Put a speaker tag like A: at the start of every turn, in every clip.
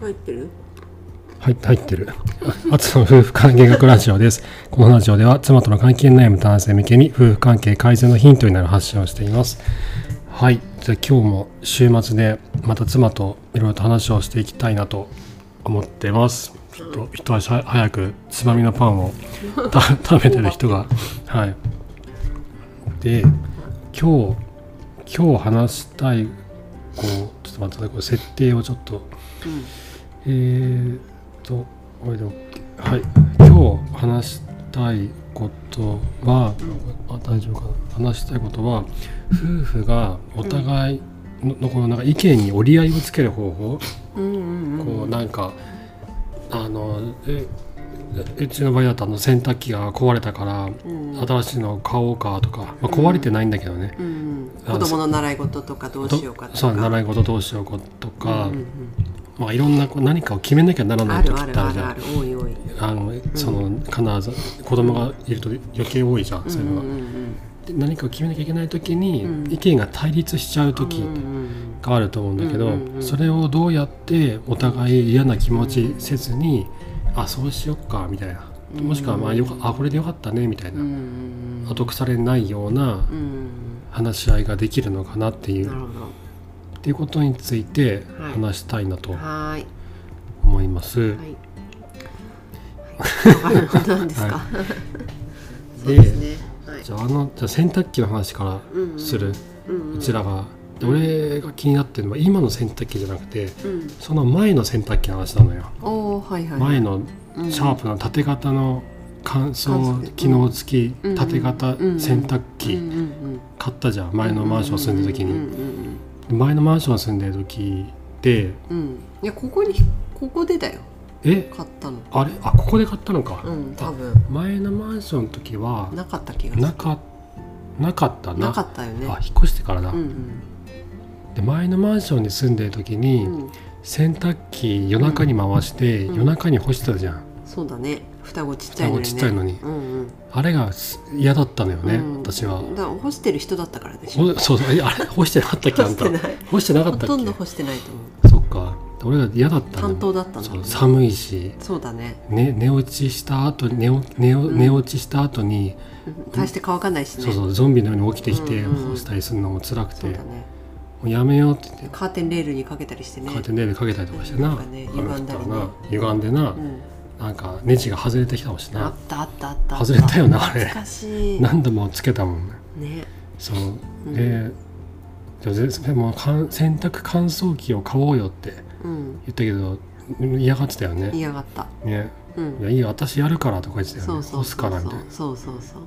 A: 入ってる
B: 入って入ってる。 あつの夫婦関係学ラジオです。このラジオでは妻との関係悩む男性向けに夫婦関係改善のヒントになる発信をしています。はい。じゃあ今日も週末でまた妻といろいろと話をしていきたいなと思ってます。ちょっと一足早くつまみのパンをた 食べてる人が。はい。で、今日、今日話したい、こう、ちょっと待ってください。これ設定をちょっと。えーっと、これで OK はい、今日話したいことは、あ大丈夫かな話したいことは、夫婦がお互いの,、このなんか意見に折り合いをつける方法、
A: うんうんうん
B: こうなんか、あの、えうちの場合だとあの洗濯機が壊れたから
A: うん
B: 新しいのを買おうかとか、まあ、壊れてないんだけどね、
A: うん
B: あ
A: 子供の習い事とかどうしようかとか
B: そう習い事どうしようかとか、
A: うんうん
B: まあ、いろんなこう何かを決めなきゃなら
A: うん
B: な
A: あ
B: い時っ
A: る
B: て
A: あ
B: あ
A: る
B: るじゃ
A: ある
B: ん
A: ある多い多い
B: あのその必ず子供がいると余計多いじゃん、そういうのが
A: うんうん
B: で何かを決めなきゃいけない時に、
A: うん
B: 意見が対立しちゃう時
A: うんうん
B: があると思うんだけど、
A: うんうんうん
B: それをどうやってお互い嫌な気持ちせずに、あそうしよっかみたいな、
A: うん
B: もしくは、まあ、よかあこれでよかったねみたい
A: うんう
B: な、
A: ん
B: 後腐れないような
A: うんうん
B: 話し合いができるのかなっていう、
A: なるほ
B: っていうことについて
A: はい
B: 話したいなと
A: どはーい
B: 思います。
A: はいはいわかるなんですか、
B: は
A: そうですねはい
B: じゃああのじゃあ洗濯機の話から
A: うんうん
B: する。
A: うんうん
B: うちらが、で俺が気になってるのは今の洗濯機じゃなくて
A: うん
B: その前の洗濯機の話なのよ、
A: おーはいはい
B: 前の
A: うん
B: シャープの縦型の乾
A: 乾
B: 燥
A: 燥
B: 機能付き
A: うん
B: 縦型洗濯
A: う
B: 機
A: んうんうん
B: 買ったじゃん前のマンション住んでる時
A: うん
B: に
A: うんうんうん
B: 前のマンション住んでる時で
A: うん、いやここにここでだよ
B: え
A: 買ったの
B: あれあここで買ったのか、
A: うん多分
B: 前のマンションの時は
A: なかった気がする
B: なかなかったな
A: なかったよね
B: あ引っ越してからだ、
A: うん
B: で前のマンションに住んでる時
A: う
B: に、
A: ん、うん、
B: 洗濯機夜中に回して、
A: うん
B: 夜中に干してたじゃん
A: そうだね双子ちっちゃ
B: 双
A: いの
B: 子
A: に、ね、
B: ちっちゃいのに、
A: うんうん
B: あれがす嫌だったのよね、
A: うん
B: 私は
A: だから干してる人だったからでしょ
B: ほそうそうえあれ干してなかったっけあ
A: 干
B: ん
A: したてない
B: 干してなか
A: ほ
B: った
A: とんど
B: っ
A: 干してないと思う
B: けそっか俺が嫌だったの
A: 担当だったんだ
B: そ
A: ね
B: う寒いし、
A: そうだね
B: ね、寝落ちした後に寝お寝お
A: ん
B: 寝落ちした後
A: う
B: に、
A: ん大して乾かないしね
B: そうそうゾンビのように起きてきて、
A: うんうん
B: 干したりするのも辛くて
A: そうだ
B: も
A: ね
B: うやめようって言って
A: カーテンレールにかけたりしてね
B: カーテンレールかけたりとかしてな
A: なんかね歪んだりね
B: 雨降ったらな歪んでな、
A: うん、
B: なんかネジが外れてきたもんし
A: あ
B: な
A: ったあったあったあった
B: 外れたよなあれ
A: 懐かしい
B: 何度もつけたもんね
A: ね
B: そう、
A: うん
B: でじゃあぜでもかん洗濯乾燥機を買おうよって
A: うん
B: 言ったけど嫌がってたよね
A: 嫌がった
B: ね
A: うん
B: いやいいよ私やるからとか言ってたよ
A: そ
B: ね
A: うそう
B: 干すからみたいな
A: そうそうそ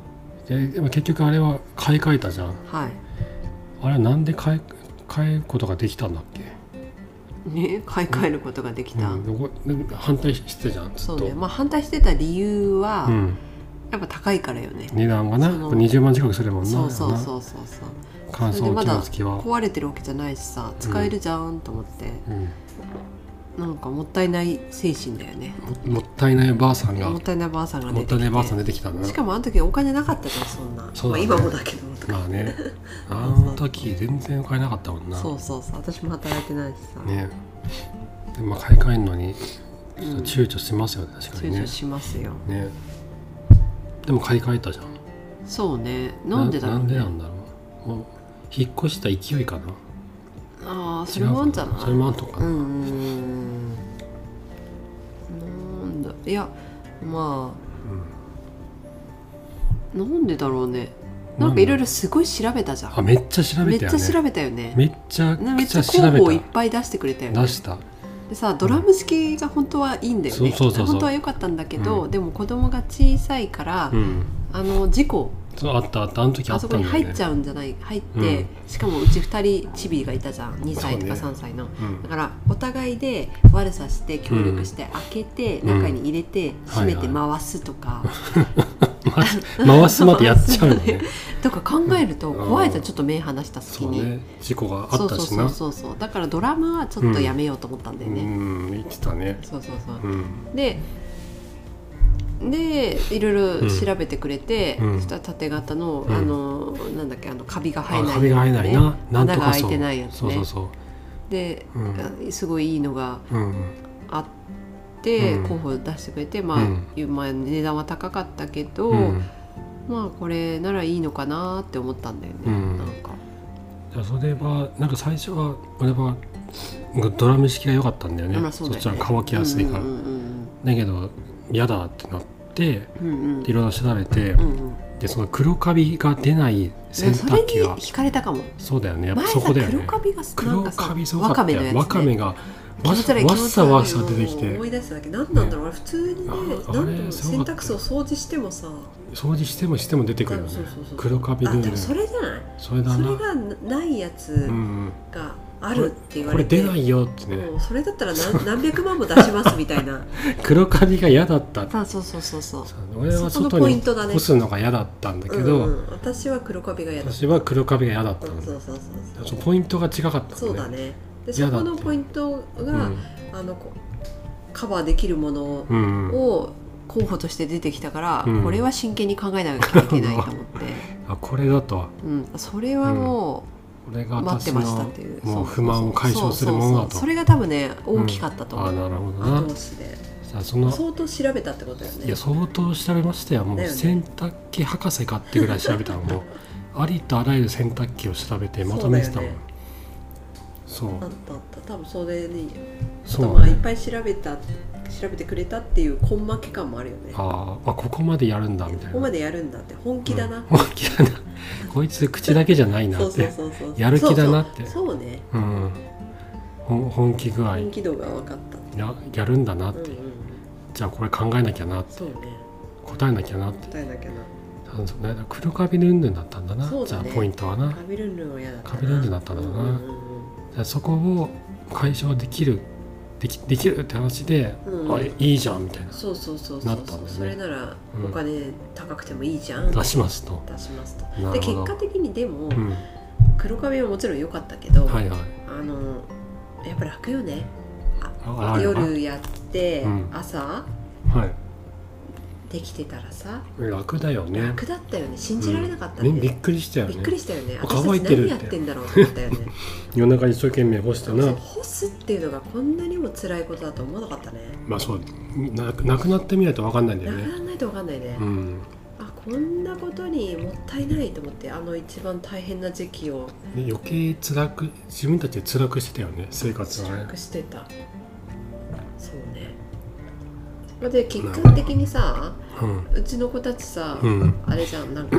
A: う
B: ででも結局あれは買い替えたじゃん
A: はい
B: あれはなんで買い買えることができたんだっけ、
A: ね買い替えることができ
B: う
A: た、
B: んでこで、反対してたじゃんずっ
A: そ
B: と
A: うねまあ反対してた理由は、
B: うん、
A: やっぱ高いからよね
B: 値段がな
A: その
B: 20万近くするもんな
A: そうそう
B: な
A: そうそうそう
B: 乾
A: それで
B: 燥
A: ま
B: 機能
A: だ
B: 付きは、
A: 壊れてるわけじゃないしさ使えるじゃんと思って、
B: うん、
A: なんかもったいない精神だよね
B: ももったいないばあさんが
A: も
B: も
A: ったいないばあさんが出
B: っ
A: きて
B: てたいないばあさん出てきたんだな
A: しかもあの時お金なかったじゃんそんな
B: そう
A: ま
B: だ
A: あ、
B: ね
A: 今もだけどとか、
B: まあ ね、あの時全然買えなかったもんな。
A: そうそうそう私も働いてないしさ、
B: ね。でまあ買い替えるのに
A: う
B: ちょっ
A: ん
B: と躊躇しますよね、確か
A: 躊
B: にね
A: 躇。しますよ
B: ね。でも買い替えたじゃん。
A: そうねなんでだろう、ね、
B: ななんでなんだろう。もう引っ越した勢いかな。
A: ああそれもあんじゃ
B: 違う
A: ない
B: かそれもあんとか
A: う
B: な。
A: んなんだいやまあなんでだろうねなんかいろいろすごい調べたじゃ
B: あ
A: ん
B: めっちゃ調
A: め
B: べ
A: ったち
B: よ
A: ゃ調
B: ね。
A: べたよね
B: めっちゃ
A: なめ
B: く
A: っ
B: ち
A: ちゃ
B: ゃ調
A: 候補をい
B: べ
A: っぱい出してくれたよ
B: た。
A: ね
B: 出した。
A: でさドラム式が本当はいいんだよね、
B: そうそうそうそう
A: 本当は良かったんだけど、
B: う
A: でも子供が小さいから、
B: うん。
A: あの事故
B: そうあったあったあの時あ
A: あ
B: っ
A: そ
B: たん
A: こ
B: だよ
A: に
B: ね。
A: 入っち
B: ゃ
A: ゃうんじゃない入って、
B: うん
A: しかもうち2人チビがいたじゃん2歳とか
B: そうね
A: 3歳の、
B: うん
A: だからお互いで悪さして協力して開けて、
B: うん
A: 中に入れて閉めて回すと か、
B: う。回すまでやっちゃうのね。
A: とか考えると
B: うん
A: 怖いじゃんちょっと目離した隙
B: そう
A: に、
B: ね。事故があ
A: そ
B: っ
A: うそ
B: た
A: う
B: し
A: そ
B: な
A: う。そうそうだからドラムはちょっとやめようと思ったんだ
B: う
A: よね、
B: ん、言ってたね。
A: そうそうそう、
B: うん。
A: ででいろいろ調べてくれて、
B: うん
A: そしたら縦型の、
B: うん
A: あのなんだっけあのカビが生え
B: あ
A: ない
B: カビが生えないな。なん
A: 穴
B: と
A: が
B: か
A: 開い
B: そう。
A: てないやつね
B: そうそうそう。
A: で、
B: う
A: すごいいいのが
B: うん。
A: あって、
B: うん
A: 候補出してくれて、まあ
B: うん
A: いうまあ値段は高かったけど、
B: うん
A: まあこれならいいのかなって思ったんだよね、
B: うん
A: なんか。
B: じゃあそれはなんか最初は俺はなんかドラム式が良かったんだよね
A: まあそうだよね
B: っちは乾きやすいか
A: う
B: ら、
A: んうん
B: だけど嫌だってなって
A: うんうんうん
B: いろいろ調べて、
A: うんうん
B: でその黒カビが出ない
A: そ
B: 洗
A: れに
B: 濯機が
A: 惹かれたかも
B: そうだよねやっ
A: 前
B: ぱ
A: さ
B: そこだよ
A: 黒
B: ね
A: カビがなん
B: 黒
A: かさ
B: カビすご
A: わ
B: か
A: か
B: った
A: めのや
B: よ
A: つ、ね、
B: わかめが
A: 気
B: わっ
A: 持ち悪い
B: さわっさわっさ出てき
A: もう思
B: て
A: い出しただけ何なんだろう、あれ普通にね
B: あ
A: 何度
B: あれ
A: も
B: すご
A: 洗
B: かっ
A: 濯
B: た
A: 槽掃除してもさ
B: 掃除してもしても出てくるよね
A: そうそうそう
B: 黒カビ
A: あ
B: 出
A: で
B: る
A: も
B: そ
A: そ
B: れ
A: れじゃない
B: だ
A: それ
B: な
A: がないやつ
B: うん
A: があるって言わ
B: これ
A: れて、
B: 出ないよってね
A: もうそれだったら何 何百万も出しますみたいな
B: 黒カビが嫌だった
A: あそうそうそうそう
B: 俺は
A: そこの
B: 外
A: ポイ
B: に
A: ントだね
B: 干すのが嫌だったんだけど、
A: うんうん私は黒カビが嫌だ
B: 私は黒カビが嫌だった
A: そう
B: の、
A: そうそう
B: そ
A: そう
B: のポイントが違かったのね
A: そうだねで
B: 嫌
A: そ
B: だっ
A: こ
B: て
A: のポイント
B: う
A: が、
B: ん
A: あのこうカバーできるものを
B: うん
A: を候補として出てきたから、
B: うん
A: これは真剣に考えなきゃいけないと思って、
B: あこれだと
A: うん、それはも
B: これが
A: う待っ
B: 私
A: て
B: の
A: ましたっていう
B: も
A: そう
B: 不満を解消するものだ
A: そうそうそ
B: と
A: うそれが多分ね大きかったと
B: あ
A: 思う、
B: なるほどな
A: 後押しで
B: じゃあその
A: 相当調べたってことだよね
B: いや相当調べましたよもう
A: だよね
B: 洗濯機博士かってぐらい調べたの もうありとあらゆる洗濯機を調べてまとめてたもんそう,、
A: あったあった多分それに
B: そう
A: まあい
B: ね
A: っぱい調べた調べてくれたっていう根負け感もあるよね
B: あーあここまでやるんだみたいな
A: ここまでやるんだって本気だな、
B: 本気 だなこいつ口だけじゃないなって
A: そうそうそうそう
B: やる気だなって
A: そうそうそうね
B: うん、ほん本気具合
A: 本気度が分かった、
B: ややるんだなっ
A: うんう
B: て、
A: ん、
B: じゃあこれ考えなきゃな
A: そうね
B: 答えなきゃなって
A: 答えなきゃな
B: あそうね黒カビルンルンだったんだな
A: そうだね
B: じゃあポイントはな
A: カビルンルンは嫌だったな
B: カビルンルンだったんだろうなじゃあそこを解消できるできできるって話で、
A: うん
B: あいいじゃんみたいな
A: そうそうそうそ
B: な
A: う
B: ったんだよね
A: それなら
B: うん
A: お金高くてもいいじゃん、
B: 出しますと
A: 出しますと
B: な
A: で
B: る
A: 結
B: ほど
A: 果的にでも、
B: うん、
A: 黒髪はもちろん良かったけど、
B: はいはい
A: あのやっぱ楽よね
B: ああるな
A: 夜やって、
B: うん
A: 朝
B: はい
A: できてたらさ
B: 楽だよね
A: 楽だったよね信じられなかった
B: ね
A: ね、
B: びっくりしたよね
A: びっくりしたよね
B: あ
A: 私
B: 乾い
A: たち
B: てるっ
A: 何
B: て
A: やってんだろうって思ったよね
B: 夜中一生懸命干した
A: そう
B: な
A: 干すっていうのがこんなにも辛いことだと思わなかったね
B: まあそうななくなってみないと分かんないんだ
A: な
B: よ
A: くな
B: ね
A: らないと分かんないね、
B: うん
A: あこんなことにもったいないと思ってあの一番大変な時期を
B: ね余計辛く自分たちで辛くしてたよね生活は
A: 辛
B: ね
A: くしてたそうねまあで結果的にさ
B: うん
A: うちの子たちさ、
B: うん
A: あれじゃんなんか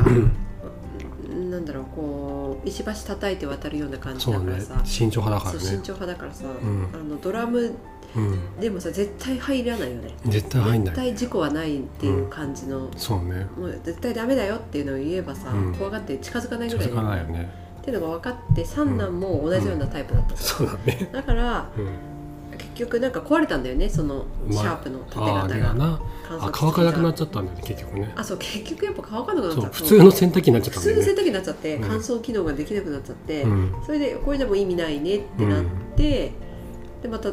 A: なんだろうこう石橋叩いて渡るような感じ
B: そ
A: だ
B: う
A: か
B: ね
A: らさ
B: 慎重派だ
A: そう
B: から
A: 慎
B: ね
A: 重派だからさ、
B: ん
A: あのドラム
B: うん
A: でもさ絶対入らないよね
B: 絶対入んな
A: 絶
B: い
A: 対事故はないっていう感じの、
B: そうね
A: もう絶対ダメだよっていうのを言えばさ、
B: うん
A: 怖がって近づかないぐ
B: 近
A: らい
B: づかないよね
A: っていうのが分かって三男も同じようなタイプだった、
B: そうだね
A: だから
B: うん
A: 結局なんか壊れたんだよねその
B: ま
A: シャ
B: あ
A: ープの縦
B: ああ
A: 型
B: れが
A: が
B: な
A: 乾
B: あ
A: 燥
B: 乾かなくなっ
A: 機
B: ちゃったんだよね結局ね
A: 能があそう結局やっぱ乾かなくなっち
B: そ
A: ゃ
B: う
A: った
B: 普通の洗濯機になっちゃっ
A: 普
B: たんだ
A: 通
B: よ
A: の
B: ね
A: 洗濯機になっちゃって
B: うん
A: 乾燥機能ができなくなっちゃって、
B: うん
A: それでこれじゃもう意味ないねってなって、でまた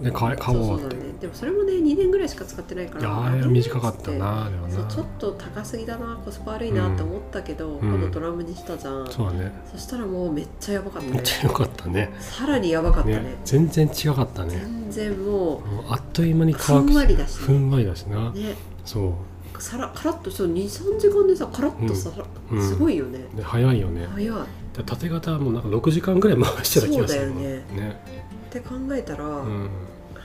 B: で買え買お
A: そううそ
B: っ
A: う
B: て
A: だねでもそれもね2年ぐらいしか使ってないか
B: い
A: ら
B: やあれは短かったなあれは
A: そう
B: な
A: ちょっと高すぎだなコスパ悪いなと思ったけど、
B: ん
A: 今度ドラムにしたじゃん、
B: そうだね
A: そしたらもうめっちゃやばかった
B: め
A: ね
B: っちゃ良かったね
A: さらにやばかったね
B: ね全然違かったね
A: 全然も
B: もうあっという間に
A: うふ
B: 乾
A: んわ
B: く
A: りだし
B: ふ
A: ね
B: んわりだしな
A: ね
B: そ
A: さらカラッとそう23時間でさカラッとさ、
B: うん
A: すごいよね
B: うで早いよね
A: 早いっ
B: で縦型はもうなんか6時間ぐらい回してた気がする
A: そうだよ
B: ね
A: て考えたら、
B: うん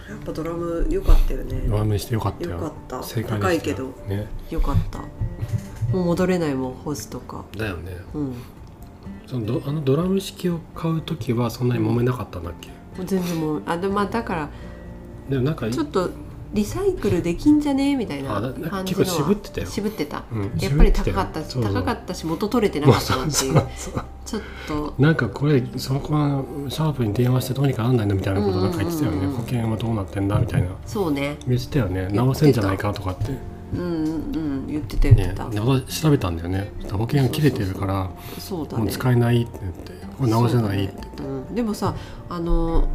A: やっぱドラム良かったよね
B: 上目してよかったよ
A: よかった
B: 正解で
A: 高いけど
B: ね
A: 良かったもう戻れないもんホースとか
B: だよね
A: うんも
B: そのどあのドラム式を買う時はそんなに揉めなかったんだっけ
A: う全然もうあでもまあだから
B: でもなんか
A: ちょっとリサイクルできんじゃねみたいな
B: あだ
A: 感じの
B: だ
A: は
B: 結構渋ってたよ
A: 渋ってた、
B: うん
A: やっぱり高かった
B: 渋ってたよそうそう
A: 高かったし元取れてなかったなっていう
B: もうそうそう
A: ちょっと
B: なんかこれそこはシャープに電話してどうにかなんないのみたいなことなんか言ってたよ
A: うんう
B: ね
A: んうんうん
B: 保険はどうなってんだみたいな
A: そうね
B: 言ってたよね直せんじゃないかとかって
A: うんうん言ってた言って
B: ね
A: た、
B: で私調べたんだよね保険が切れてるから
A: そうだ
B: も
A: ね
B: う使えないって言ってこれ直せないって
A: そうだねうん、でもさあの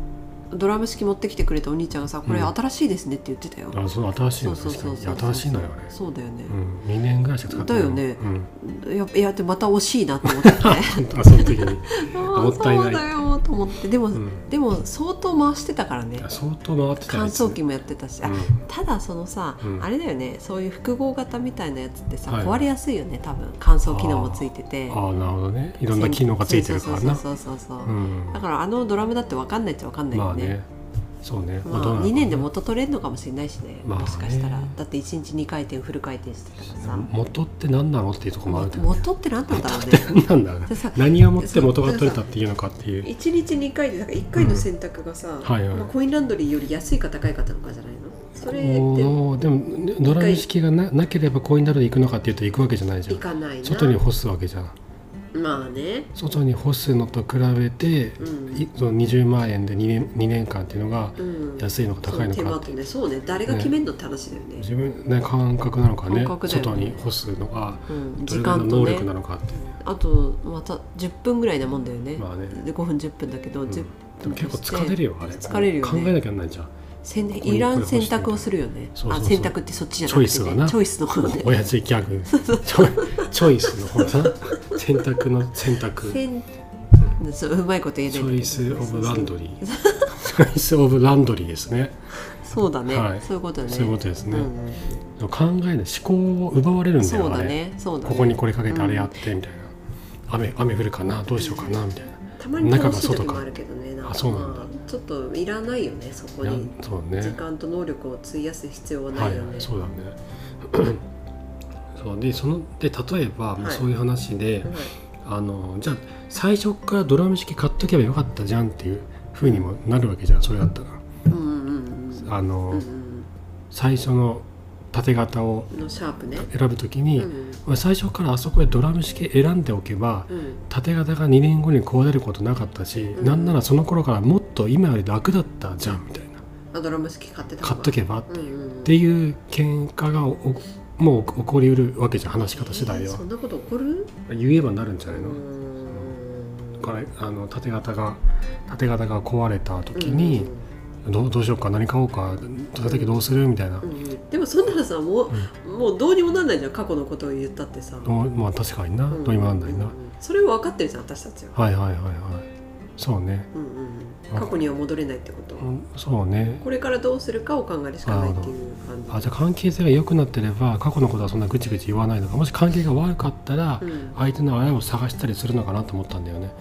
A: ドラム式持ってきてくれたお兄ちゃんがさこれ
B: うん
A: 新しいですねって言ってたよ、
B: あそう新しい
A: そ
B: の
A: うそう
B: 確か
A: そう
B: に
A: そう
B: 新しいのよね
A: そうだよね
B: う、ん2年ぐらいしか使ってない
A: だよね
B: うん
A: いやいやでまた惜しいなと思って
B: あその時に
A: も
B: もったいない
A: そうだよと思ってでも、
B: うん
A: でも相当回してたからね
B: あ相当回ってた
A: 乾
B: やつ
A: 燥機もやってたし、あ
B: うん
A: ただそのさ、
B: うん
A: あれだよねそういう複合型みたいなやつってさ、
B: はい
A: 壊れやすいよね多分乾燥機能もついてて
B: ああなるほどねいろんな機能がついてるからな
A: そうそうそうそうそう
B: う
A: そうんだからあのドラムだって分かんないっちゃ分かんない
B: ま
A: よ
B: あ
A: ね,、
B: ねそうね
A: まあ、
B: どうなのか
A: 2年で元取れるのかもしれないしね,、
B: まあね
A: もしかしたらだって1日2回転フル回転してたからさ
B: 元って何なのっていうところもあるけどね
A: 元って何なんだろうね
B: 元って何なんだろう
A: で
B: ね
A: さ
B: 何をもって元が取れたっていうのかっていう
A: 1日2回でだから1回の洗濯がさ、
B: はいはい
A: まあ、コインランドリーより安いか高いかなのかじゃないのそれっ
B: おーでもドラム式がななければコインなどで行くのかっていうと行くわけじゃないじ
A: て
B: ゃ
A: い
B: ん
A: かないな
B: 外に干すわけじゃん
A: まあね
B: 外に干すのと比べて、
A: うん
B: いその20万円で2年 ,2 年間っていうのが
A: うん
B: 安いのか高いの
A: そう手
B: か
A: 間
B: って、
A: とねそうね誰が決めんのって話だよね
B: 自分の感覚なのかね
A: 感覚だよね
B: 外に干すのが
A: うん、時
B: どれぐらい
A: 間と
B: の能
A: ね
B: 力なのかっていうね
A: あとまた10分ぐらいなもんだよね,、
B: まあね
A: で5分10分だけど、
B: ん
A: 10
B: で
A: 分と
B: も
A: して
B: 結構疲れるよあれ
A: 疲れるよね
B: 考えなきゃなんないじゃん
A: 洗
B: ここに
A: いらん洗濯をするよね
B: そうそうそ
A: あ
B: う
A: 洗濯ってそっちじゃなくて、ね、
B: チョイスがな
A: チョイスの方ね
B: 親父ギャグチョイチョイスの方さ選択の選択チ
A: 洗そううまいこと言えないんだ
B: ョ
A: け
B: イ
A: ど
B: ス・オブ・ランドリーチョイス・オブ・ランドリーですね
A: そうだね、
B: はい
A: そういうことね
B: そういうことですね
A: うんうん
B: 考えない思考を奪われるんだ
A: そ
B: よ
A: うだ
B: あれ
A: ねそうだね
B: ここにこれかけてあれやってみたいな、雨雨降るかなどうしようかなみたいな
A: たまに楽しい時もあるけどね
B: 中
A: なんか
B: が外かあそうな
A: まあちょっといらないよねそこ
B: いや
A: に
B: そう
A: 時
B: ね
A: 間と能力を費やす必要は
B: は
A: ない
B: い
A: よ
B: は
A: ね、
B: いそうだねそうでそので例えば、もう
A: はい
B: そういう話で、
A: はい
B: あのじゃあ最初からドラム式買っとけばよかったじゃんっていうふうにもなるわけじゃんそれだったら
A: うんうんうん
B: あの、
A: うんうん
B: 最初の縦型を
A: うんのシャープね
B: 選ぶときに、
A: うん
B: 俺最初からあそこでドラム式選んでおけば
A: うん
B: 縦型が2年後に壊れることなかったし、
A: ん
B: なんならその頃からもっと今より楽だったじゃんみたいな
A: あドラム式買ってた
B: 買っとけばっ
A: うんうんうん
B: ていう喧嘩がおもう起こりうるわけじゃん話し方次第では
A: そんなこと起こる
B: 言えばなるんじゃないうの、
A: ん
B: だからあの縦型が縦型が壊れた時に、どうどうしようか何買おうか縦きどうするみたいな、
A: うんうんでもそんなのさもう、もうどうにもなんないじゃん過去のことを言ったってさ、
B: どうまあ確かにな、
A: うん
B: どうにもなんないな、
A: うんそれを分かってるじゃん私たちは、
B: はいはいはいはいそうね、
A: うんうん、過去には戻れないってこと、
B: うん、そうね
A: これからどうするかを考えるしかないっていう感じ
B: あじゃあ関係性が良くなってれば過去のことはそんなぐちぐち言わないのかもし関係が悪かったら、
A: うん
B: 相手のあれを探したりするのかなと思ったんだよね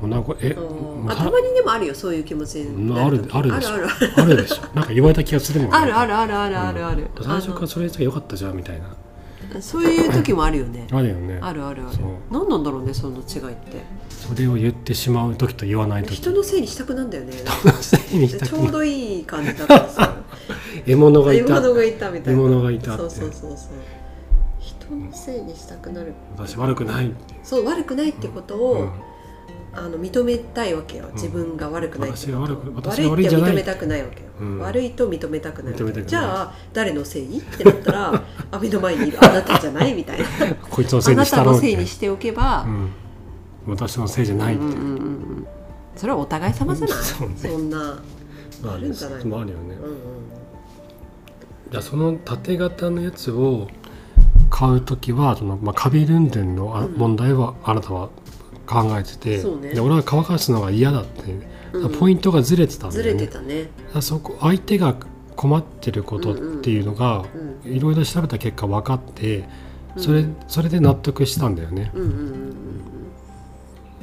B: もうなんかえ
A: うん
B: もう
A: あ
B: さ
A: たまにでもあるよそういう気持ちにな
B: あ
A: る
B: る
A: 時
B: ある
A: あ
B: で
A: る
B: しょ
A: ある
B: あるでしょなんか言われた気がするもん
A: あるあるあるあるあるある
B: うん最初からそれやったらよかったじゃんみたいな
A: あのそういう時もあるよね
B: あるよね
A: あるあるある
B: そう
A: 何なんだろうねその違いって
B: それを言ってしまう時と言わない時
A: 人のせいにしたくなんだよね
B: のせ いにした
A: ち
B: く
A: ょう
B: ない
A: どいい感じだからさ
B: 獲物がい
A: 獲
B: た
A: 物がいたみたいな
B: 獲物がいたって
A: そうそうそうそう人のせいにしたくなる
B: 私悪くないって
A: そう悪くないってことを、
B: うん
A: あの認めたいわけよ自分が悪くないってこと、
B: 私が悪く私
A: 悪
B: が悪
A: い
B: い
A: っ
B: ん
A: て
B: じゃない
A: 認めたくないわけよ、
B: うん
A: 悪いと認めたくないわけ
B: 認めたくない
A: じゃあ誰のせいってなった ら阿部の前にいるあなたじゃないみたいな
B: こいつの
A: あ
B: せいに
A: な
B: した
A: た
B: ろ
A: の
B: う
A: せい
B: みたい
A: に
B: な
A: しておけば、
B: うん私のせいじゃないって
A: うんうんうんうんそれはお互い様じゃない
B: そうね
A: そんな
B: まあ
A: あるんじゃない
B: まああるよね
A: うんうん
B: じゃあその縦型のやつを買う時はその、まあ、カビルンドゥンのあ
A: うん
B: 問題はあなたは考えてて、
A: そうね
B: で俺は乾かすのが嫌だって、
A: うん
B: ポイントがずれてたん
A: ず
B: だよ
A: れ
B: ね
A: てたね
B: あそこ相手が困ってることっていうのが
A: うん
B: いろいろ調べた結果分かって
A: うん
B: それそれで納得したんだよね
A: うんうんうんうん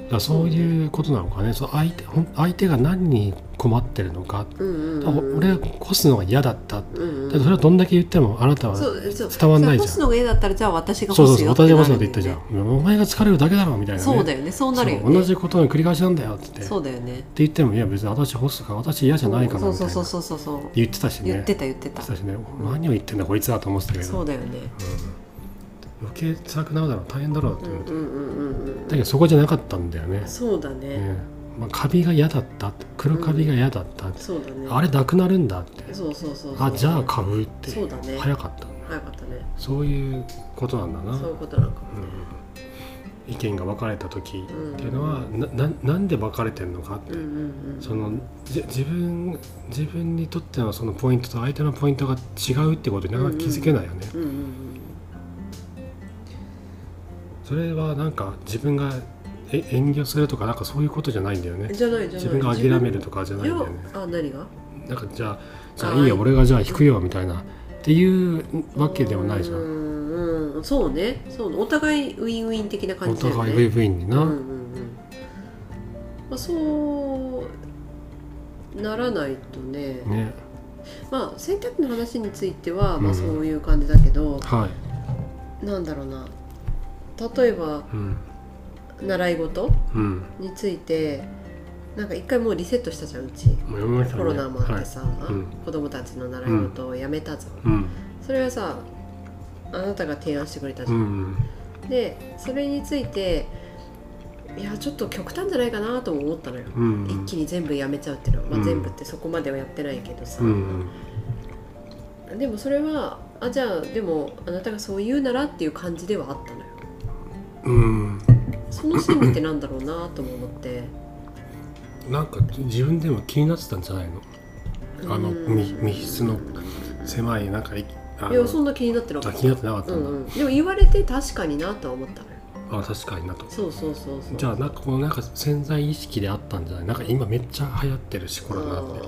B: だからそういうことなのかねそう相手ほん相手が何に困ってるのか
A: うんうん
B: あ
A: うん
B: 俺はこすのが嫌だったって
A: うんうん
B: でそれはどんだけ言ってもあなたは
A: そ
B: そう
A: うそう
B: 伝わんないじゃん
A: それ干すのが嫌だったらじゃあ私が
B: そう
A: 干す
B: そう
A: よ
B: 私は
A: な
B: こ
A: る
B: そ
A: よ
B: って
A: ね
B: 言ったじゃんお前が疲れるだけだろみたいな、ね、
A: そうだよねそうなるよ
B: そう
A: ね
B: 同じことの繰り返しなんだよって
A: そうだよね
B: って言ってもいや別に私ホストか私嫌じゃないからみたいな
A: そうそうそうそうそう
B: 言ってたしね
A: 言ってた言ってた
B: 言ってたしね何を言ってんだこいつだと思ってたけど
A: そうだよね
B: 余計辛くなるだろう大変だろうって
A: うんう
B: 思っ
A: ん
B: て、
A: うんうん
B: だけどそこじゃなかったんだよね
A: うん、そうだね
B: ねまあ、カビが嫌だった黒カビが嫌だった、
A: そうだね
B: あれなくなるんだって
A: そうそうそうそう
B: あじゃあ買うって
A: そうだね
B: 早かったんだ
A: 早かったね
B: そういうことなんだな
A: そういうことなのかもね
B: うん意見が分かれた時っていうのは、なななんで分かれてるのかって、
A: うんうんうん
B: そのじ自分自分にとってのそのポイントと相手のポイントが違うってことになかなか気づけないよね、
A: うんうんうん
B: それはなんか自分がえ遠慮するとかなんかそういうことじゃないんだよね
A: じゃないじゃない
B: 自分が諦めるとかじゃないいん
A: や
B: だよね
A: あ何が
B: なんかじゃあじゃ
A: あ
B: あ
A: ー
B: いいよ俺がじゃあ引くよみたいなっていうわけでもないじゃ
A: うんんうんそうねそうねお互いウィンウィン的な
B: お
A: 感じだよね
B: 互いウィンウィンにな、
A: うんうんうんまあ、そうならないとね
B: ね
A: まあ選択の話については、まあ、
B: うん
A: そういう感じだけど、
B: はい、
A: なんだろうな例えば
B: うん
A: 習い事
B: うん、
A: についてなんか一回もうリセットしたじゃんうち
B: もうやめましたね
A: コロナもあっ
B: は
A: て
B: い
A: さ、
B: うん
A: 子供たちの習い事をやめたじゃん、
B: うん
A: それはさあなたが提案してくれたじ
B: う
A: ゃん、
B: ん
A: でそれについていやちょっと極端じゃないかなとも思ったのよ、
B: うん
A: 一気に全部やめちゃうっていうのは、まあ
B: うん
A: 全部ってそこまではやってないけどさ、
B: うん
A: でもそれはあじゃあでもあなたがそう言うならっていう感じではあったのよ
B: うん
A: その心理ってなんだろうなとも思って
B: なんか自分でも気になってたんじゃないのあの
A: うん
B: み密室の狭いなんかいあ
A: いや
B: の
A: そんな気になってなか
B: あ
A: った
B: 気になってなかった
A: うん
B: だ、
A: んうん、でも言われて確かになとは思ったのよ
B: あ確かになと
A: そうそうそうそう
B: じゃあなんかこのなんか潜在意識であったんじゃないなんか今めっちゃ流行ってるしコロナって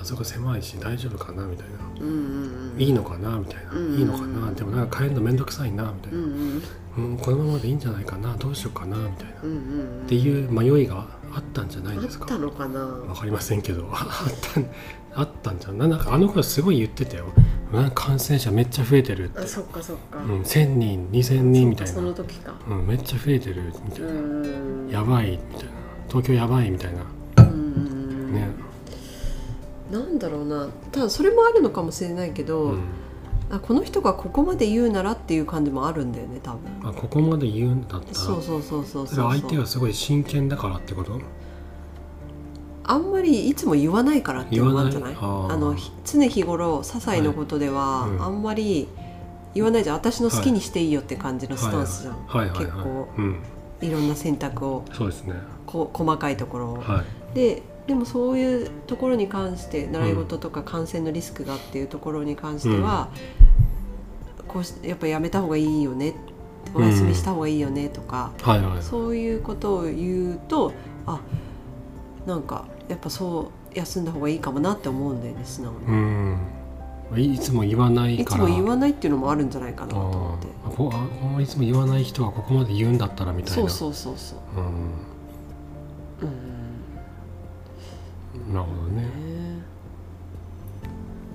B: あそこ狭いし大丈夫かなみたいな
A: うんうんうん
B: いいのかなみたいな、
A: うん
B: いいのかなでもなんか変えるの面倒くさいなみたい
A: うん
B: な、
A: うん
B: うん、このままでいいんじゃないかなどうしようかなみたいな、
A: うんうんうん
B: っていう迷いがあったんじゃない
A: あ
B: です
A: っ
B: か
A: たのかな
B: わかりませんけどあったんあったんじゃんなんかあの頃すごい言ってたよなんか感染者めっちゃ増えてるって
A: あ、そっかそっか、
B: うん、1000人2000人みたい
A: そ
B: な
A: の時か
B: うん、めっちゃ増えてるみた
A: う
B: いな、
A: ん
B: やばいみたいな東京やばいみたいな
A: うん
B: ね、
A: なんだろうなただそれもあるのかもしれないけど、
B: うん
A: あこの人がここまで言うならっていう感じもあるんだよね多分
B: あここまで言うんだったら
A: そうそうそうそう
B: それ
A: そう
B: は相手がすごい真剣だからってこと
A: あんまりいつも言わないからっていうのもあるんじゃない
B: 言わないあ
A: あ
B: ー
A: のひ常日頃些細なことでは、
B: はいうん
A: あんまり言わないじゃん私の好きにしていいよって感じのスタンスじゃん、
B: はいはいはい、
A: 結構
B: うん、
A: いろんな選択を
B: そうですね
A: こ細かいところを、
B: はい
A: ででもそういうところに関して習い事とか感染のリスクがっていうところに関しては、こうしやっぱやめた方がいいよねお休みした方がいいよねとか、
B: はいはい
A: そういうことを言うとあなんかやっぱそう休んだ方がいいかもなって思うんだよね素直に。
B: うんいいつも言わない
A: い
B: か
A: つ
B: ら
A: も言わないっていうのもあるんじゃないかなと思って。
B: あーこあこのいつも言わない人がここまで言うんだったらみたい
A: そ
B: な
A: うそうそうそう。
B: う、
A: うん
B: ん、なるほどね
A: ね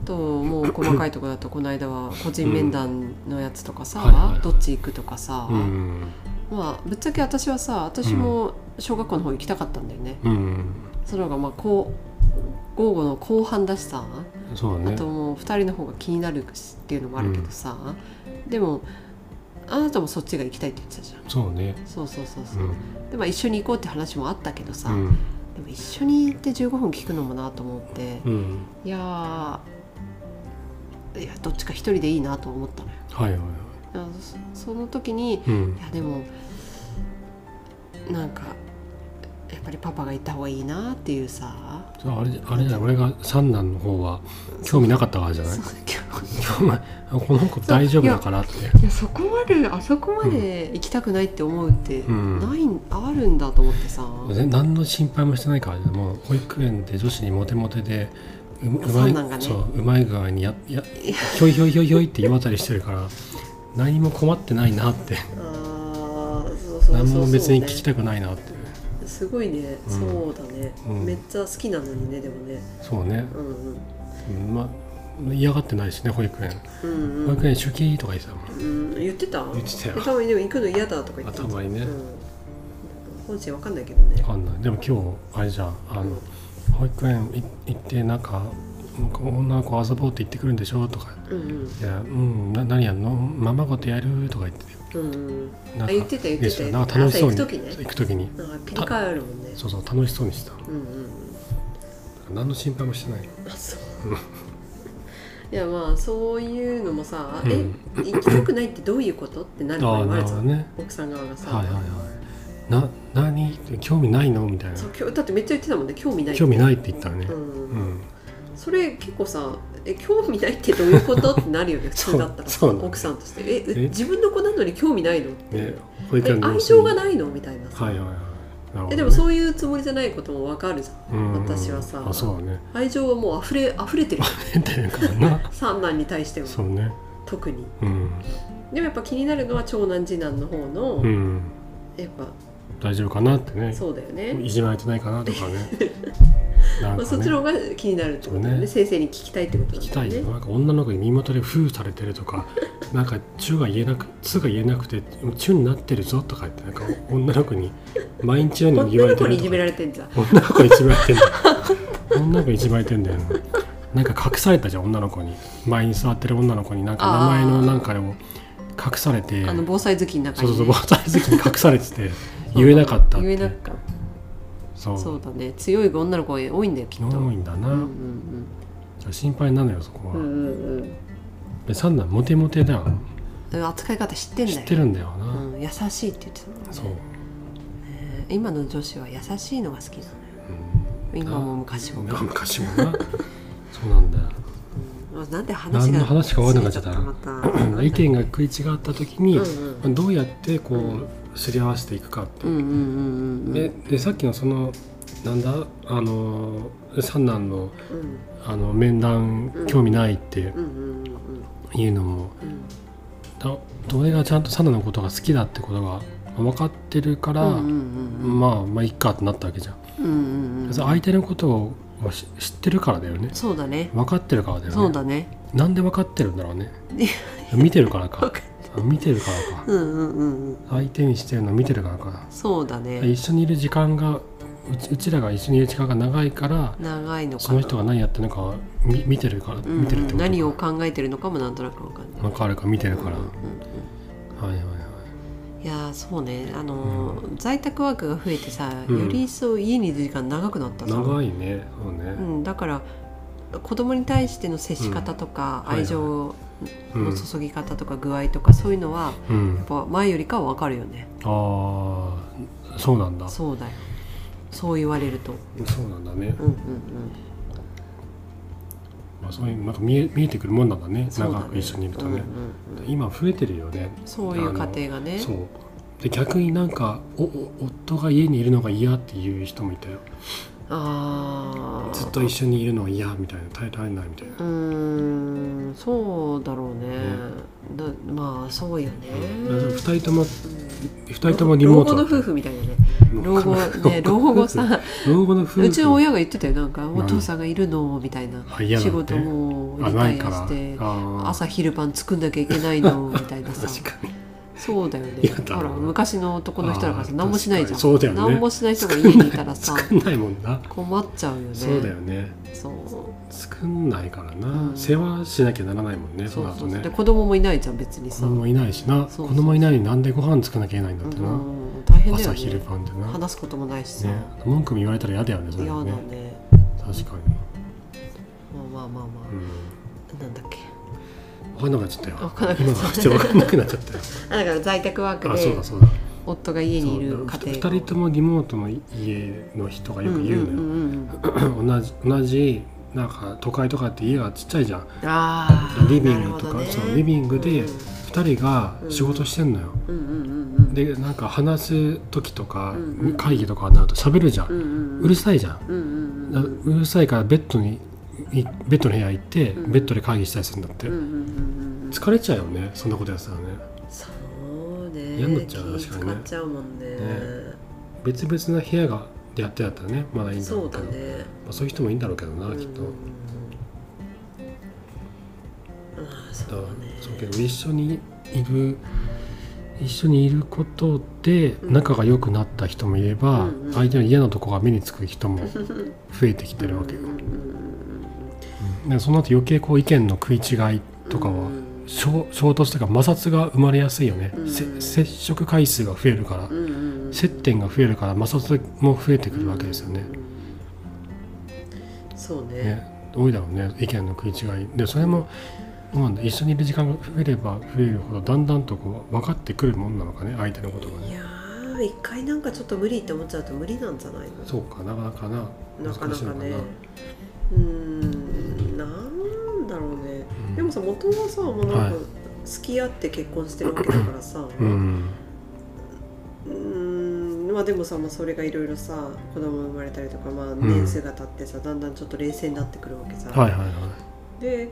A: ともう細かいところだとこの間は個人面談のやつとかさ、
B: うんはいはいはい
A: どっち行くとかさ、
B: うん
A: まあぶっちゃけ私はさ私も小学校の方行きたかったんだよね、
B: うん
A: その方がまあこう午後の後半だしさ、
B: そうだ
A: あ
B: ね
A: ともう2人の方が気になるしっていうのもあるけどさ、でもあなたもそっちが行きたいって言ってたじゃん
B: そうね
A: そうそうそう
B: う
A: そう、
B: ん
A: でまあ一緒に行こうって話もあったけどさ、
B: うん
A: でも一緒に行って15分聞くのもなと思って、
B: うん
A: いやーいやどっちか一人でいいなと思ったのよ
B: はいはいはい
A: あのそその時にい
B: うん
A: やでもなんかやっぱりパパが行った方がいいなっていうさ
B: それあれじゃあれじゃない俺が三男の方は興味なかったからじゃない
A: そう今日
B: お前この子大丈夫だからって
A: いやそこまであそこまで行きたくないって思うって
B: うん
A: ない、あるんだと思ってさ、
B: ね何の心配もしてないからもう保育園で女子にモテモテでううま
A: 三
B: い、
A: 男がね
B: そううまい具合にややひょいひょいひょいひょいって世渡りしてるから何も困ってないなって
A: あーそうそうそうそう、
B: 何も別に
A: ね
B: 聞きたくないなって
A: すごいね、
B: うん
A: そうだね、
B: うん
A: めっちゃ好きなのにねでもね
B: そうね、
A: うんうん
B: うんまあ嫌がってないしね保育園
A: うんうん
B: 保育園初期とか言ってたもん
A: うん、言ってた
B: 言ってたよ
A: えたまにでも行くの嫌だとか言ってた
B: あたまにね
A: うん、本心わかんないけどね
B: 分かんないでも今日あれじゃんあの保育園い行ってなんかなんか女の子遊ぼうって言ってくるんでしょとか
A: うん
B: いやうんな何やんのママごとやるとか言って
A: うんうん
B: なん
A: あ
B: か
A: 言ってた言ってた
B: なんか楽しそうに
A: 朝行く時ね
B: 行く時に
A: なんかピリ辛あるもんね
B: そうそう楽しそうにしてた
A: うんうんうん
B: 何の心配もしてない
A: あそういやまあそういうのもさ、
B: うん
A: え行きたくないってどういうことってなる場合もあるじゃん、
B: ね
A: 奥さん側がさ、
B: はいはいはな何興味ないのみたいな
A: そうきょだってめっちゃ言ってたもんね興味ないって
B: 興味ないって言ったらね
A: う、
B: うんん、
A: それ結構さえ興味ないってどういうことってなるよね普
B: そう
A: 通だったら
B: そうなの
A: 奥さんとしてええ
B: え
A: 自分の子なのに興味ないの
B: ね保育
A: え
B: 園の
A: 愛情がないのみたいなさ、
B: はいはいはいなるほどね
A: えでもそういうつもりじゃないこともわかるじゃん
B: うん
A: 私はさ
B: あそうだね
A: 愛情はもう溢れ溢れて る
B: っていうか な
A: 三男に対しては
B: そうね
A: 特に
B: うん、
A: でもやっぱ気になるのは長男次男の方の、
B: うん、
A: やっ
B: 大丈夫かなってね
A: ぱそうだよね
B: いじめられてないかなと かねな
A: ま
B: んか
A: あ、そっ
B: ね
A: ちの方が気になるってことだよ
B: そう
A: ね
B: ね
A: 先生に聞きたいってことな
B: 聞
A: ん
B: き
A: だ
B: たい
A: よ
B: よ
A: ね
B: なんか女の子に身元で封されてるとかなんか「中」が言えなく「つ」が言えなくて「中」になってるぞとか言ってなんか女の子に毎日のように
A: 女
B: 言われ
A: の
B: て
A: 子にい
B: ると
A: じ
B: か
A: められてんじゃん
B: 女の子にいじめられてんだよ女の子にいじめられてんだよななんか隠されたじゃん女の子に前に座ってる女の子になんか名前のなんかを隠されて
A: あの防災好きの中
B: そう
A: に
B: そう
A: ね、
B: そう防災好きに隠されて て言えなかったって
A: 言えなかった
B: そう
A: そうだね強い女の子が多いんだよきっと
B: 多いんだな、
A: うんうん
B: 心配なのよそこは、
A: うんうんうん
B: で三男モテモテだよ
A: うん扱い方知ってんだ
B: 知
A: よ
B: ってるんだよな、
A: うん、優しいって言ってたもんね
B: そう、
A: えー今の女子は優しいのが好きなのよ今も昔も、
B: うん、昔もなそうなんだ よ
A: うんなんで話
B: 何
A: が
B: の話か分かんなくなっちゃ
A: ま
B: ったた意見が食い違った時に、
A: うん
B: どうやってこうすり合わせていくかって
A: うんうんうんうんうん
B: ででさっきのそのなんだあの三男の
A: うん
B: あの面談興味ないって
A: うんうんうんうん
B: いうのも、
A: うん
B: だ俺がちゃんと三男のことが好きだってことが分かってるから、
A: うんうん
B: まあまあいっかってなったわけじゃん、
A: うんうんうん
B: それ相手のことをし知ってるからだよね
A: そうだね
B: 分かってるからだよね
A: そうだね
B: なんで分かってるんだろうね
A: いや
B: 見てるから
A: 分
B: か
A: かっ
B: 見てるからか
A: うんうんうんうん
B: 相手にしてるの見てるからか
A: そうだね
B: 一緒にいる時間がうちうちらが一緒にいる時間が長いから
A: 長いのかな
B: その人が何やってるのか見見てるから
A: うんうん
B: 見てるってことか
A: 何を考えてるのかもなんとなくわかんない
B: 分かるか見てるから、
A: うんうん
B: はいはいはい
A: うんいやーそうねあのー、在宅ワークが増えてさ
B: うん
A: より一層家にいる時間長くなったさ、
B: 長いねそうね
A: うん、だから子供に対しての接し方とか、
B: うんはいはい
A: 愛情
B: うん、う
A: の
B: ん
A: 注ぎ方とか具合とかそういうのはやっぱ前よりかは分かるよね
B: ああそうなんだそ
A: そうだよそう言われると
B: うなんだね
A: う、んうん
B: まあ、そういうなんか見え見えてくるもんなんだね
A: うんそうだね
B: 長く一緒にいると
A: うん
B: ね、
A: うんうん
B: 今増えてるよね
A: そういう家庭がね
B: そうで逆になんかおお夫が家にいるのが嫌っていう人もいたよ
A: ああ
B: ずっと一緒にいるのは嫌みたいな耐えられないみたいな
A: うーんそうだろうね、だまあそうよね、
B: 2人とも二人ともリ
A: 老
B: モ
A: 後
B: ート
A: の
B: だった
A: 夫婦みたいなね老後ね老後さ
B: 老後の夫婦
A: うちの親が言ってたよなんかお父さんがいるのみたいな
B: あ嫌だ
A: 仕
B: って
A: 事も
B: あ
A: リタ
B: ない
A: イ
B: か
A: アし
B: ら
A: て
B: あ
A: 朝昼晩作んなきゃいけないのみたいなさ
B: ー 確かに
A: そうだよね
B: 嫌だ
A: だ
B: な
A: から昔の男の人だから
B: あ
A: さ
B: ー
A: 何もしないじゃん
B: 確かにそうだよね
A: 何もしない人が家にいたらさ
B: 作んないもんな、
A: 困っちゃうよね
B: そうだよね
A: そう
B: 作んないからな、
A: うん
B: 世話しなきゃならないもんね
A: そ
B: そう
A: う
B: だ
A: そ
B: と
A: うそうで
B: ね
A: 子供もいないじゃん別に
B: 子
A: さ、
B: 供いないしな
A: そうそう
B: 子供いないのになんでご飯作んなきゃいけないんだってな、
A: うん大変だよ
B: 朝昼
A: ね
B: 晩でな、ね、
A: 話すこともないしさ、
B: 文句も言われたら嫌だよねそれ
A: 嫌だ
B: は
A: ね
B: ね確かに、
A: まあまあまあま
B: う
A: あ、なんだっけ
B: ん、分かんなくなっちゃったよ
A: 分かんなくな
B: 今
A: っちゃ
B: の
A: った
B: 話で分かんなくなっちゃっ たよ
A: あだから在宅ワーク
B: あそう
A: で
B: だそうだ
A: 夫が家にいる家
B: そう
A: 庭
B: だ二人ともリモートの家の人がよく言うの
A: ん
B: よ、
A: んんうん
B: 同じ同じなんか都会とかって家がちっちゃいじゃん
A: あー
B: リビングと
A: なるほ
B: か、
A: どね
B: そうリビングで
A: うん
B: 2人が仕事してんのよ、
A: うんうんうん
B: でなんか話す時とか、
A: うんうん
B: 会議とかになると喋るじゃん、
A: うんう
B: うんるさいじゃん、
A: うんうんうんうん
B: だうるさいからベッドにいベッドの部屋行って、
A: うん
B: ベッドで会議したりするんだって、
A: うんうんうん
B: 疲れちゃうよねそんなことやってたらね
A: そうね
B: 嫌になっちゃう
A: 気
B: 確かにね
A: 使っちゃうもんね
B: ね別々な部屋がでやってやったらねまだいいんだろ
A: そうう
B: け
A: だ
B: ど
A: ね
B: まあ、そういう人もいいんだろうけどな、きっと
A: うんうんうんあーそう
B: だ
A: だ
B: から
A: ね
B: そうけど一緒にいる一緒にいることで
A: ん
B: 仲が良くなった人もいれば、
A: うんうん
B: 相手の嫌なとこが目につく 人も増えてきてるわけよ、
A: うんうん
B: でその後余計こう意見の食い違いとか
A: う
B: は
A: ん
B: 衝衝突というか摩擦が生まれやすいよね、
A: うん
B: せ接触回数が増えるか
A: う
B: ら、
A: んうんうん
B: 接点が増えるから摩擦も増えてくるわけですよね,、
A: そうね
B: ね多いだろうね意見の食い違いでそれもどうなんだ一緒にいる時間が増えれば増えるほどだんだんとこう分かってくるもんなのかね相手のことがね
A: いやー分一回なんかちょっと無理って思っちゃうと無理なんじゃないの
B: そうかなかなかな
A: なか
B: 難
A: な
B: しいの
A: か
B: かな
A: ねうーんなんだろうね、
B: うん
A: でもさ元はさもうなんか
B: はい
A: 付き合って結婚してるわけだからさ、
B: う
A: うんーんまあでもさ、まあ、それがいろいろさ子供生まれたりとか、まあ、年数が経ってさ、だんだんちょっと冷静になってくるわけさ、
B: はいはいはい
A: で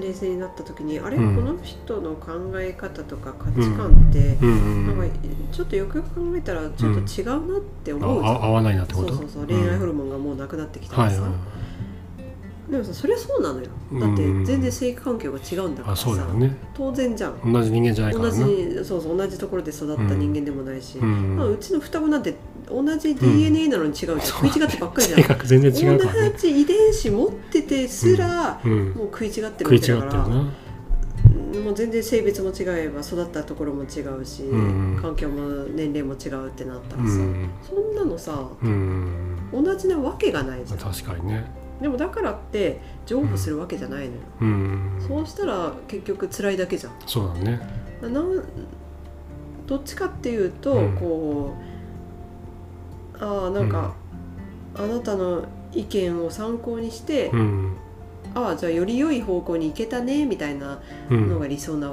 A: 冷静になった時にあれ、
B: うん
A: この人の考え方とか価値観って、
B: うんうん
A: なんかちょっとよくよく考えたらちょっと違うなって
B: あ
A: 思うじゃん
B: あ合わないなって
A: そ
B: こ
A: う
B: と
A: そうそう恋愛ホルモ
B: モ
A: ンがもうなくなってきたか
B: は
A: ら
B: い
A: さ、
B: はい
A: でもさそりゃそうなのよだって
B: うん
A: 全然生育環境が違うんだから
B: あ
A: さ、
B: そうだよね
A: 当然じゃん
B: 同じ人間じゃないから
A: 同
B: な
A: じそうそう同じところで育った人間でもないし、
B: う
A: まあ、
B: ん
A: うちの双子なんて同じ DNA なのに違うじゃん、食い違ってばっかりじゃん
B: 性格全然違うからね
A: 同じ遺伝子持っててすら、
B: うん
A: もう食い違ってる
B: 食い
A: わ
B: 違っ
A: けだ
B: てる
A: から
B: な
A: もう全然性別も違えば育ったところも違うし、
B: うん
A: 環境も年齢も違うってなった
B: う
A: らさ、
B: ん
A: そんなのさ
B: うん
A: 同じなわけがないじゃん
B: 確かにね
A: でもだからって譲歩するわけじゃないのよ、
B: うん
A: そうしたら結局辛いだけじゃん
B: そうだね
A: なんどっちかっていうと、
B: うん
A: こうああなんか、あなたの意見を参考にして、
B: うん
A: ああじゃあより良い方向に行けたねみたいな
B: う
A: の
B: ん
A: が理想な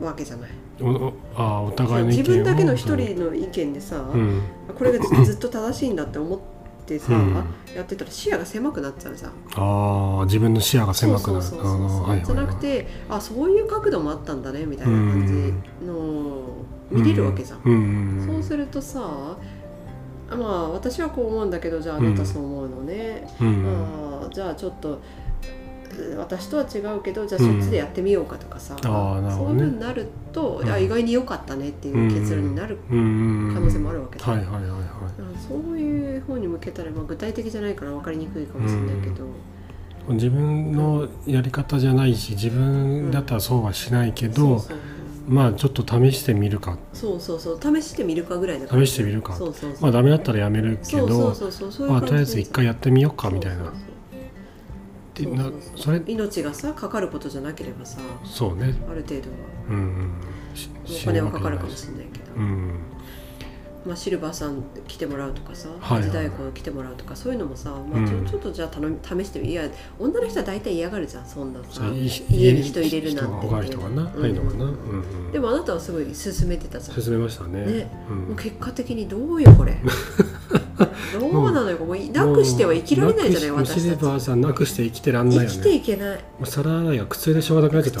A: わけじゃない、
B: おおあお互いの意見
A: 自
B: を
A: 分だけの一人の意見でさ、
B: うん
A: これがずずっと正しいんだって思ってさ、
B: うん
A: やってたら視野が狭くなっちゃうじゃん
B: ああ自分の視野が狭くなる
A: そうそうそうそう
B: あーはいはいはい
A: じゃなくてあそういう角度もあったんだねみたいな感じの見れるわけじゃん、
B: うんうんうん
A: そうするとさあまあ私はこう思うんだけどじゃああなたそう思うのね、
B: うん
A: ああじゃあちょっとうん私とは違うけどじゃあそっちでやってみようかとかさ、
B: うんあーなるほ
A: そう
B: ど
A: いう
B: ね
A: ふうになると、
B: うん
A: あ意外に良かったねっていう結論になる、
B: うん
A: 可能性もあるわけだ
B: はいはいはいは
A: あそういう方に向けたら、まあ、具体的じゃないから分かりにくいかもしれないけど、
B: い自分のやり方じゃないし自分だったらそうはしないけど、
A: そうそう
B: まあちょっと試してみるか
A: そうそうそう試してみるかぐらいだから
B: 試してみるか
A: そうそうそう、
B: まあダメだったらやめるけ
A: そ
B: ど
A: うそうそうそうそういう
B: まあ
A: 感じ
B: とりあえず一回やってみようかみたいな
A: そうそう
B: でな
A: そうそう
B: それ
A: そう命がさかかることじゃなければさ
B: そうね
A: ある程度は
B: うんうんし
A: お金はかかるかも
B: 死
A: しれないけど、
B: ぬわけじゃないうん
A: まあ、シルバーさん来てもらうとかさ
B: はいはい
A: 時代来てもらうとかそういうのもさ、まあ、ち
B: う
A: ょ
B: ん
A: ちょっとじゃあ頼み試してみいや女の人は大体嫌がるじゃんそんなさ
B: そうい
A: 家に人入れるなんて
B: 人が他の人がな、
A: うん
B: ないのかな、うんうん、
A: でもあなたはすごい勧めてたじゃん
B: 進めましたね
A: ね
B: うん
A: もう結果的にどうよこ れどうなのよもうなくしては生きられないじゃない
B: もうなくし
A: 私
B: シルバ
A: た
B: ー
A: ち
B: さんなくして生きてらんないよ
A: 生きて
B: ね
A: いけない
B: もう皿洗いが苦痛でしょうがなくなっちゃった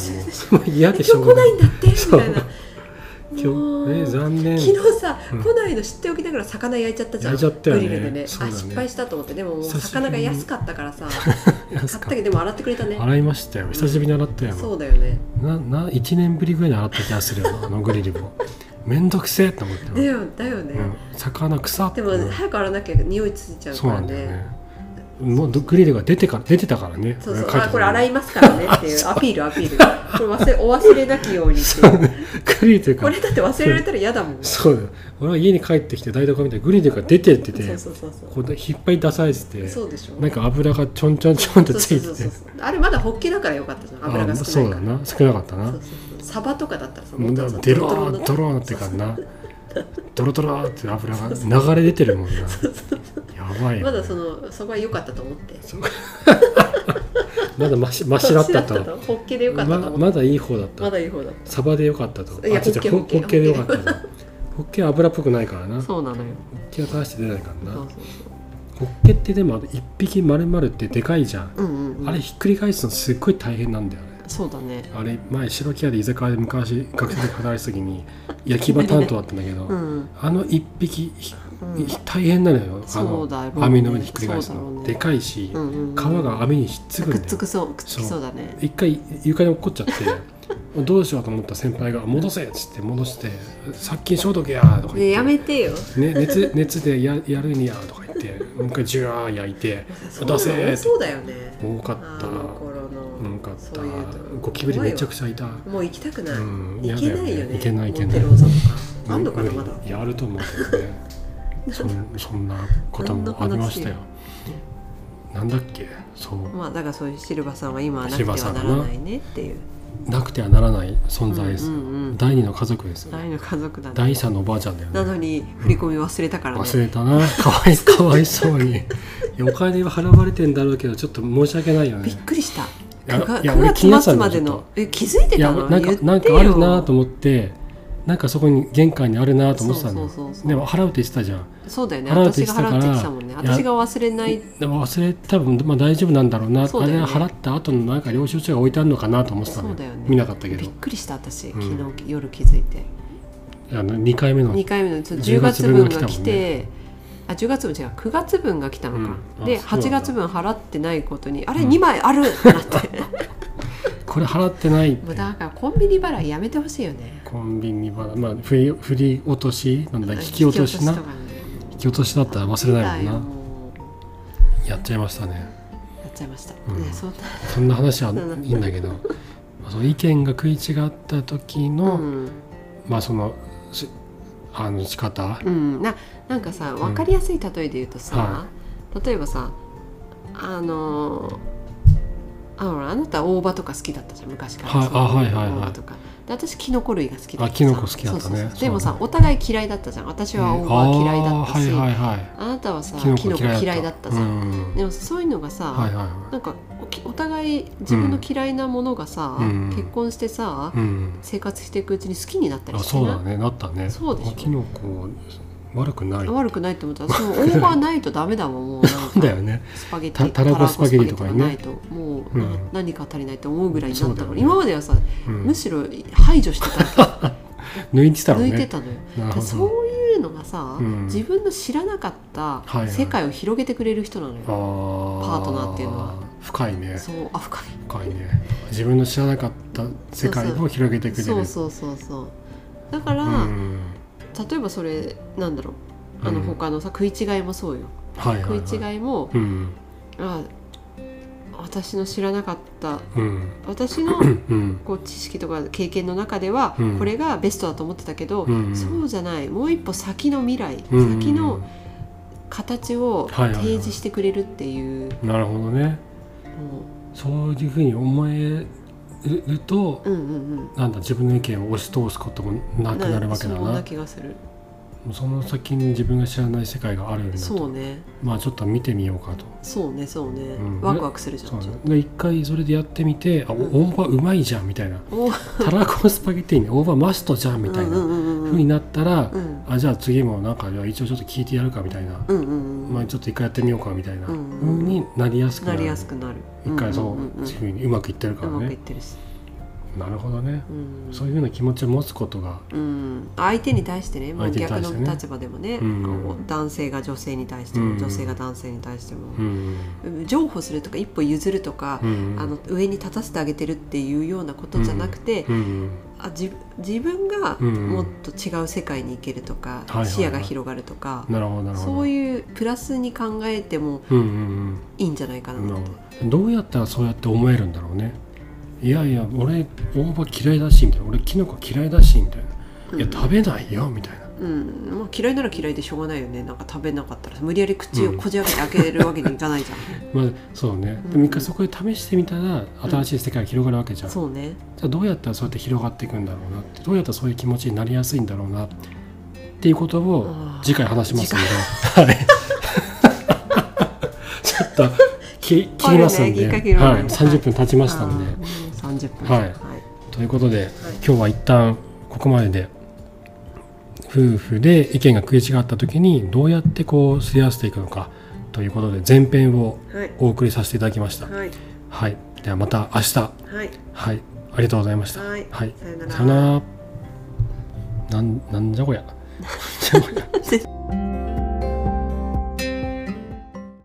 A: 苦
B: もんもう嫌
A: 今
B: で
A: 日
B: しょう
A: 来
B: が
A: な
B: ない
A: いんだってみ
B: そう
A: たいなも
B: 今
A: う
B: 日え残念
A: 昨日さ、
B: うん
A: 来ないの知っておきながら魚焼いちゃったじゃん
B: 焼いちゃったよね
A: グリルでねあ
B: そうだね
A: 失敗したと思ってでももう
B: 久しぶり
A: 魚
B: に
A: が安かったから さ買った
B: 安かっ
A: けどでも洗ってくれたね
B: た洗いましたよ久しぶりに洗ったよ、
A: そうだよね
B: なな1年ぶりぐらいに洗った気がするよなあのグリルもめんどくせえと思って
A: だよだよね、
B: うん、魚腐って
A: でも
B: うん
A: 早く洗わなきゃ匂いついちゃうか
B: そうな
A: ら
B: んだよ
A: ね
B: ねもうどグリルが出てから出てたからね
A: そう
B: 俺
A: そう
B: が書い
A: あ
B: て
A: これ
B: たの
A: 洗いますからね っていうアピールアピールこれ忘れお忘れなきようにっていう
B: グリルという
A: こ
B: か
A: れだって忘れられたら嫌だもん
B: そうだよ俺は家に帰ってきて台所見てグリルが出てってて
A: そうそうそうそう
B: こう引っ張り出されてて
A: そうでしょ
B: なんか油がちょんちょんちょんってつい
A: そうそ
B: て
A: う
B: て
A: そうそうあれまだホッケだからよかったじゃん油が
B: あ
A: 少
B: そ
A: ないうか
B: だ
A: ら
B: な少なかった
A: そう
B: な
A: そうそうサバとかだったらさ
B: も
A: も
B: う
A: っと
B: だ
A: さ
B: ドロ
A: ドロドロ
B: ー
A: の
B: ドローって感じなドロドローって油が流れ出てるもんなやばいよね
A: まだそのそこは良かったと思って
B: まだマシマシだった
A: マシだ
B: と
A: ホッケで良かったと
B: ま
A: 思って
B: まだいい方だっ
A: ま
B: た
A: だいい方だった
B: サバでよかったと
A: いや
B: あ違う違う
A: ホ
B: ホ
A: ッケ
B: ッケでよかったとホッケは油っぽくないからなホッ
A: そうなのよ
B: ケは大して出ないから
A: そう
B: な
A: そう
B: ホッケってでも一匹丸々ってでかいじゃん
A: そううんうんうん
B: あれひっくり返すのすっごい大変なんだよね
A: そうだね
B: あれ前白木屋で居酒屋で昔学生で働いてた 時に焼き場担当だったんだけど、
A: うん
B: あの一匹ひ
A: うん
B: 大変なのよあ
A: そうだろうね
B: の網の上にひっくり返す
A: そうだろ
B: の、
A: うね
B: でかいし、
A: うんうんうん
B: 皮が網にひっつくん
A: く
B: だ
A: っ
B: よ
A: つくそうくっつきそうだね
B: 一回床に落っこっちゃって もうどうしようと思った先輩が「戻せ!」っつって戻して「殺菌消毒や!」とか言って、
A: ねやめてよ
B: ね、熱 熱でややるんやとか言ってもう一回ジュワー焼いて
A: そんな
B: 「出
A: の
B: せ!」
A: 多
B: って
A: そうだよね
B: 多か
A: あ
B: った
A: の頃の
B: 多かった
A: そういうとこ
B: ゴキブリめちゃくちゃいた
A: もう行きたくない、
B: うん
A: 行けないよね
B: 嫌だよね行けない行けない
A: モンテローザとかあんのかなまだ
B: いやあると思うけどねそん そんなこともありましたよなんだっけそう
A: まあだからそういうシルバさんは今はなくて
B: シルバ
A: は
B: さん
A: な
B: はな
A: らないねっていう
B: なくてはならない存在です、
A: うんうんうん
B: 第二の家族ですよね
A: 大の家族だね
B: 第三のおばあちゃんだよ
A: な
B: ね
A: のに振り込み忘れたからね、
B: 忘れたなかわいかわいそうにいやお金は払われてんだろうけどちょっと申し訳ないよ
A: びっ
B: ね
A: くりした
B: いや
A: 9,
B: いや俺気にな
A: 月
B: っ
A: 末
B: てたんだ
A: まで
B: ちょっ
A: のえ気づいて
B: いや
A: たの
B: なん
A: 言っ
B: か
A: てよ
B: なんかあるなと思ってなんかそこに玄関にあるなと思ってたのよ
A: そうそうそうそう
B: でも払うって言ってたじゃん
A: そうだよね
B: 払うって
A: 私が
B: 言ってたから
A: 払うって言ってたもんね
B: いや
A: 私が忘れない
B: でも忘れ多分まあ大丈夫なんだろうな
A: そう
B: あ
A: だよ
B: れ
A: ね
B: 払った後のなんか領収書が置いてあるのかなと思ってたの
A: そうだよね
B: 見なかったけど
A: びっくりした私昨
B: ん
A: 日夜気づいて、
B: あの2回目の
A: 2回目のちょっと
B: 10
A: 10
B: 月
A: 月
B: 分
A: 分
B: が来
A: が
B: たもんね
A: 来てあ10月分違う9月分が来たのか、
B: うんあ
A: で
B: そうな
A: 8
B: んだ
A: 月分払ってないことにあれ2枚あるってなって
B: これ払ってないっ
A: もう
B: て
A: だからコンビニ払いやめてほしいよね
B: コンビニはまあ振り振り落としなんだ引き落としな
A: 引き落としと
B: 引き落としだったら忘れ
A: かね
B: ないもん
A: もう
B: なやっちゃいましたね
A: やっちゃいました、
B: うん
A: ねそんな
B: そんな話はいいんだけどまあその意見が食い違った時の、
A: うん、
B: まあそのしあの仕方
A: うん、ななんかさ分かりやすい例えで言うとさ
B: は、
A: 例えばさあのーあほらあなた大葉とか好きだったじゃん昔から
B: はい
A: さ
B: あはいはいはい
A: 大葉とかで私キノコ類が好きだった
B: あキノコ好きだっ
A: そうそ
B: たね
A: うそう
B: そう
A: でもさお互い嫌いだったじゃん私は大葉嫌いだったし、
B: うん
A: あ
B: あーはいはいはい
A: なたはさ
B: キノ
A: キノ
B: コ
A: コ
B: 嫌いだった
A: 嫌いだったさ、
B: うん
A: でもさそういうのがさ、
B: はいはいは
A: なんかおきお互い自分の嫌いなものがさ、
B: うん
A: 結婚してさ、
B: いうん
A: 生活していくうちに好きになったり
B: あ
A: して
B: そう
A: ない
B: だねなったね
A: そうでしょ
B: キノコ悪くない
A: 悪くないって思 ったらそのオーバーないとダメだもんもうなん
B: だよ
A: か
B: ね
A: スパゲッテ
B: た
A: ィ
B: たらこスパゲティとかにね
A: たらこスパゲティとかないともう、
B: うん
A: 何か足りないと思うぐらいになった
B: そう
A: の、
B: だよね
A: 今まではさ、
B: うん
A: むしろ排除 してたわ
B: 抜いてた
A: け
B: の
A: 抜いて
B: ね
A: たのよ、
B: なるほど
A: そういうのがさ、
B: うん
A: 自分の知らなかっ
B: いはい
A: た世界を広げてくれる人なのよ、
B: あー
A: パートナーっていうのは
B: 深いね
A: そうあ深い
B: 深いね自分の知らなかった世界を広げてくれる
A: そうそうそうそうだから、
B: うん
A: 例えばそれなんだろうあの
B: うん
A: 他のさ食い違いもそうよ
B: はいは
A: 食
B: い
A: い
B: はい
A: 違いも、
B: うん
A: あ私の知らなかった
B: うん
A: 私の
B: うん
A: こう知識とか経験の中では
B: うん
A: これがベストだと思ってたけど、
B: うん
A: そうじゃないもう一歩先の未来、
B: うん
A: 先の形を
B: はいはいはい
A: 提示してくれるっていう、
B: なるほどね
A: も
B: そういうふうに思えると
A: ううんうんうん
B: なんだ自分の意見を押し通すこともなくなるわけだ
A: そん
B: な
A: な気がする
B: その先に自分が知らない世界があるんだ
A: そ
B: と
A: うね
B: まあちょっと見てみようかと
A: そうねそうね、
B: ん
A: ワクワクするじゃ
B: そ
A: ん
B: う
A: ちょっと
B: ねで一回それでやってみてあお大葉うまいじゃんみたいな
A: お
B: たらこスパゲティに大葉マストじゃんみたい
A: うん
B: な
A: うんうん
B: ふ
A: う
B: うんになったら
A: うん
B: あじゃあ次もなんかじゃあ一応ちょっと聞いてやるかみたいな
A: うんうんう
B: まあ
A: ん
B: ちょっと一回やってみようかみたいなふ
A: うんうん
B: うになりやすくな
A: な
B: る
A: りやすくなる
B: 一回そう,、
A: んんん
B: そういうふうにうまくいってるか
A: うま
B: ら
A: くいっ
B: ね
A: てるし、
B: なるほどね
A: うん
B: そういうふうな気持ちを持つことが
A: うん、相手に対してね、まあ、
B: 相手に対
A: 逆
B: してね
A: の立場でもね
B: うん
A: こう男性が女性に対しても、
B: うん
A: 女性が男性に対しても
B: う、ん
A: 譲歩するとか一歩譲るとか、
B: うん
A: あの上に立たせてあげてるっていうようなことじゃなくて、
B: うん
A: あ自自分が
B: うん
A: もっと違う世界に行けるとか、
B: いはいはい
A: 視野が広がるとか、
B: なるほどなるほど
A: そういうプラスに考えても
B: うんうん
A: いいんじゃないかな
B: うんな
A: っ
B: る
A: て。
B: ほどどうやったらそうやって思えるんだろうねいやいや俺大葉嫌いだしみたいな俺キノコ嫌いだしみたいないや食べないよみたいな
A: うんまあ、嫌いなら嫌いでしょうがないよねなんか食べなかったら無理やり口をこじ開けて開けるわけにいかないじゃ
B: まあそうねでも一回そこで試してみたら新しい世界が広がるわけじ ゃん、
A: んそうね
B: じゃあどうやったらそうやって広がっていくんだろうなってどうやったらそういう気持ちになりやすいんだろうなっていうことを
A: あー
B: 次回話しますので、はい、 ちょっと き切りますん
A: いっ
B: で、
A: ぱいあるねきっかけいろいろあ
B: は
A: る
B: い、
A: ね
B: 30分経ちましたんで、
A: あーもう30分
B: はいということで、今日は一旦ここまでで夫婦で意見が食い違った時にどうやってこうすり合わせていくのかということで前編を
A: はい
B: お送りさせていただきました。
A: はい
B: はい、ではまた明日
A: はい
B: はい、ありがとうございました。
A: はい
B: はい、
A: さよなら
B: なら。なん、なんじゃこりゃ。なんじゃこりゃ。